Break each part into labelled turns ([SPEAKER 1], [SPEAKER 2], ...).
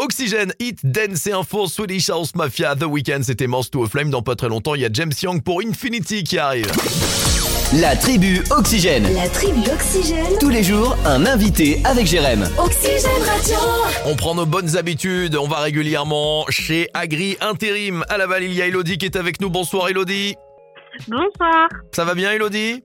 [SPEAKER 1] Oxygène, Hit, Dance et Info, Swedish House Mafia, The Weeknd, c'était Mans to a Flame. Dans pas très longtemps, il y a James Young pour Infinity qui arrive.
[SPEAKER 2] La tribu Oxygène.
[SPEAKER 3] La tribu Oxygène.
[SPEAKER 2] Tous les jours, un invité avec Jérém.
[SPEAKER 3] Oxygène Radio.
[SPEAKER 1] On prend nos bonnes habitudes, on va régulièrement chez Agri Intérim. À Laval, il y a Elodie qui est avec nous. Bonsoir Elodie.
[SPEAKER 4] Bonsoir.
[SPEAKER 1] Ça va bien Elodie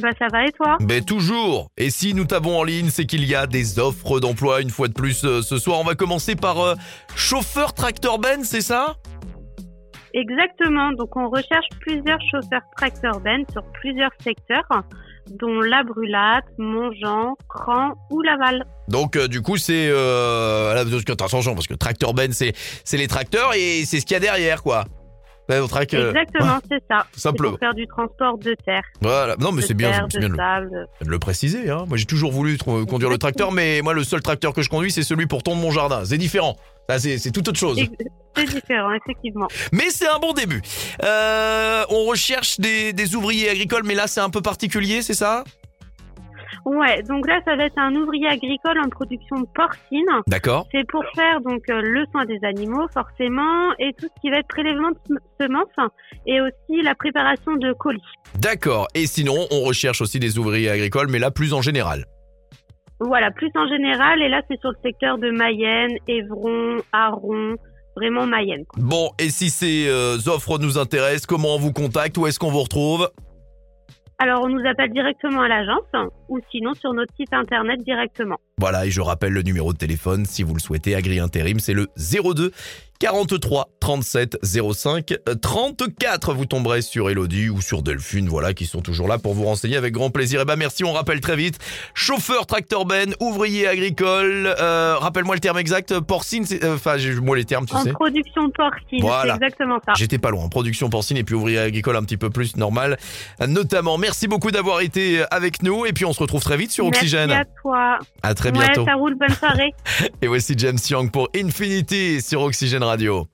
[SPEAKER 4] Bah ça va et toi
[SPEAKER 1] Ben toujours. Et si nous t'avons en ligne, c'est qu'il y a des offres d'emploi une fois de plus euh, ce soir. On va commencer par euh, chauffeur tracteur ben, c'est ça
[SPEAKER 4] Exactement. Donc on recherche plusieurs chauffeurs tracteur ben sur plusieurs secteurs, dont la Brulate, Montjean, Cran ou Laval.
[SPEAKER 1] Donc euh, du coup c'est euh, là, parce que attends, attention parce que tracteur ben c'est c'est les tracteurs et c'est ce qu'il y a derrière quoi. Là, on traque euh,
[SPEAKER 4] Exactement, c'est ça.
[SPEAKER 1] tout
[SPEAKER 4] C'est
[SPEAKER 1] simplement.
[SPEAKER 4] pour faire du transport de terre.
[SPEAKER 1] Voilà. Non mais
[SPEAKER 4] de
[SPEAKER 1] c'est bien,
[SPEAKER 4] terre,
[SPEAKER 1] c'est
[SPEAKER 4] de
[SPEAKER 1] bien de,
[SPEAKER 4] sable.
[SPEAKER 1] de le préciser. Hein. Moi j'ai toujours voulu tr- conduire le tracteur mais moi le seul tracteur que je conduis c'est celui pour tondre mon jardin. C'est différent. Là c'est c'est toute autre chose.
[SPEAKER 4] Ex- C'est différent, effectivement.
[SPEAKER 1] Mais c'est un bon début. Euh, on recherche des, des ouvriers agricoles mais là c'est un peu particulier c'est ça
[SPEAKER 4] Ouais, donc là, ça va être un ouvrier agricole en production porcine.
[SPEAKER 1] D'accord.
[SPEAKER 4] C'est pour faire donc euh, le soin des animaux, forcément, et tout ce qui va être prélèvement de sem- semences, et aussi la préparation de colis.
[SPEAKER 1] D'accord. Et sinon on recherche aussi des ouvriers agricoles mais là plus en général.
[SPEAKER 4] Voilà, plus en général, et là c'est sur le secteur de Mayenne, Évron, Aron, vraiment Mayenne. quoi.
[SPEAKER 1] Bon, et si ces euh, offres nous intéressent, comment on vous contacte Où est-ce qu'on vous retrouve
[SPEAKER 4] Alors on nous appelle directement à l'agence, ou sinon sur notre site internet directement.
[SPEAKER 1] Voilà, et je rappelle le numéro de téléphone si vous le souhaitez, Agri Intérim, c'est le 02 43 37 05 34. Vous tomberez sur Elodie ou sur Delphine, voilà, qui sont toujours là pour vous renseigner avec grand plaisir. Et ben merci, on rappelle très vite. Chauffeur, tracteur ben, ouvrier agricole, euh, rappelle-moi le terme exact, porcine, c'est- euh, enfin, j'ai- moi les termes, tu
[SPEAKER 4] en
[SPEAKER 1] sais.
[SPEAKER 4] production porcine,
[SPEAKER 1] Voilà.
[SPEAKER 4] c'est exactement ça.
[SPEAKER 1] J'étais pas loin. Production porcine et puis ouvrier agricole un petit peu plus normal, notamment. Merci beaucoup d'avoir été avec nous et puis on se retrouve très vite sur Oxygène.
[SPEAKER 4] Merci à toi.
[SPEAKER 1] À très
[SPEAKER 4] ouais,
[SPEAKER 1] bientôt.
[SPEAKER 4] ça roule, bonne soirée.
[SPEAKER 1] Et voici James Young pour Infinity sur Oxygène Radio.